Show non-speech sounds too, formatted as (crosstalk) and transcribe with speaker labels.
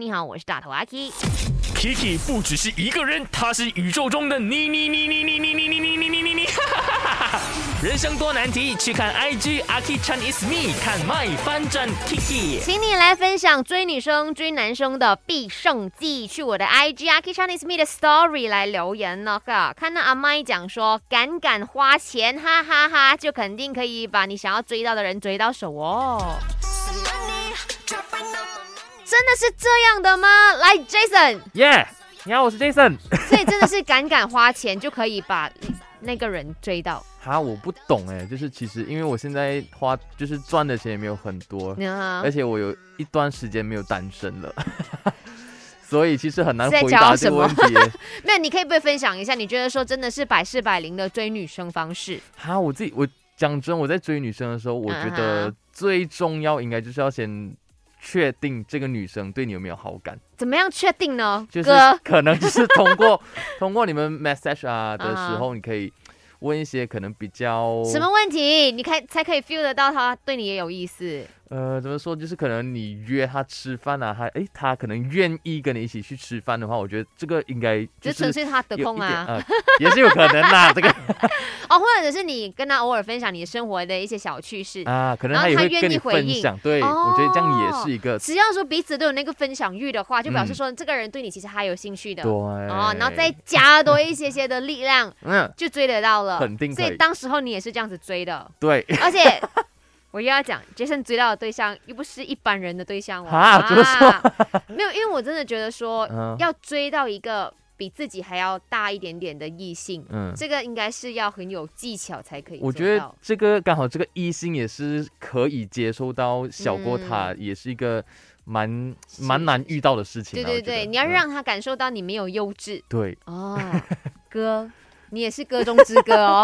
Speaker 1: 你好，我是大头阿 K。
Speaker 2: Kiki 不只是一个人，他是宇宙中的你你你你你你你你你你你你
Speaker 3: (laughs)
Speaker 2: 你。人生多难题，去看 IG Aki Chan is me，看 my 翻转 Kiki。
Speaker 1: 请你来分享追女生、追男生的必胜技，去我的 IG a k i Chinese Me 的 Story 来留言那个。看到阿麦讲说，敢敢花钱，哈哈哈就肯定可以把你想要追到的人追到手哦。真的是这样的吗？来，Jason，
Speaker 3: 耶！你好，我是 Jason。
Speaker 1: 所以真的是敢敢花钱就可以把那个人追到。
Speaker 3: 哈，我不懂哎，就是其实因为我现在花就是赚的钱也没有很多，
Speaker 1: 那
Speaker 3: 而且我有一段时间没有单身了， (laughs) 所以其实很难
Speaker 1: 在
Speaker 3: 回
Speaker 1: 骄傲
Speaker 3: 答
Speaker 1: 什
Speaker 3: 这个
Speaker 1: 么
Speaker 3: 问题。欸
Speaker 1: 那你可以不可以分享一下，你觉得说真的是百试百灵的追女生方式？
Speaker 3: 哈，我自己我讲真，我在追女生的时候，我觉
Speaker 1: 嗯
Speaker 3: 得最重要应该就是要先确定这个女生对你有没有好感，
Speaker 1: 怎么样确定呢？
Speaker 3: 就是
Speaker 1: 哥，
Speaker 3: 可能就是通过通过你们 message 啊的时候，你可以问一些可能比较
Speaker 1: 嗯什么问题？你看才可以 feel 得到他对你也有意思。
Speaker 3: 呃，怎么说？就是可能你约他吃饭啊，他诶，他可能愿意跟你一起去吃饭的话，我觉得这个应该
Speaker 1: 就
Speaker 3: 就是
Speaker 1: 纯粹他得
Speaker 3: 有
Speaker 1: 空
Speaker 3: 一点
Speaker 1: 啊，
Speaker 3: 呃也是有可能啦。
Speaker 1: (laughs)
Speaker 3: 这个
Speaker 1: 哦，或者是你跟他偶尔分享你的生活的一些小趣事，
Speaker 3: 啊，可能
Speaker 1: 然后
Speaker 3: 也
Speaker 1: 他
Speaker 3: 会
Speaker 1: 愿
Speaker 3: 跟
Speaker 1: 意
Speaker 3: 你
Speaker 1: 回
Speaker 3: 分
Speaker 1: 应
Speaker 3: 享。对，我觉得这样也
Speaker 1: 哦
Speaker 3: 是一个
Speaker 1: 只要说彼此都有那个分享欲的话，就表示
Speaker 3: 嗯
Speaker 1: 说这个人对你其实还有兴趣的。
Speaker 3: 对
Speaker 1: 哦，然后再加多一些些的力量，
Speaker 3: 嗯，
Speaker 1: 就追得到了。
Speaker 3: 肯定
Speaker 1: 所
Speaker 3: 可
Speaker 1: 以
Speaker 3: 以。
Speaker 1: 当时候你也是这样子追
Speaker 3: (laughs)
Speaker 1: 的，
Speaker 3: 对，
Speaker 1: 而且我又要讲，Jason 追到的对象又不是一般人的对象哦。
Speaker 3: 啊怎么说
Speaker 1: 啊没有，因为我真的觉得说，
Speaker 3: 嗯
Speaker 1: 要追到一个比自己还要大一点点的异性，
Speaker 3: 嗯，
Speaker 1: 这个应该是要很有技巧才可以做到。
Speaker 3: 我觉得这个刚好这个一星也是可以接受到小过他，也是一个蛮蛮
Speaker 1: 嗯是
Speaker 3: 难遇到的事情
Speaker 1: 对
Speaker 3: 啊。
Speaker 1: 对
Speaker 3: 我觉
Speaker 1: 对，
Speaker 3: 得
Speaker 1: 你要
Speaker 3: 嗯
Speaker 1: 让他感受到你没有幼稚
Speaker 3: 对。
Speaker 1: (laughs) 哦，哥，你也是歌中之歌哦。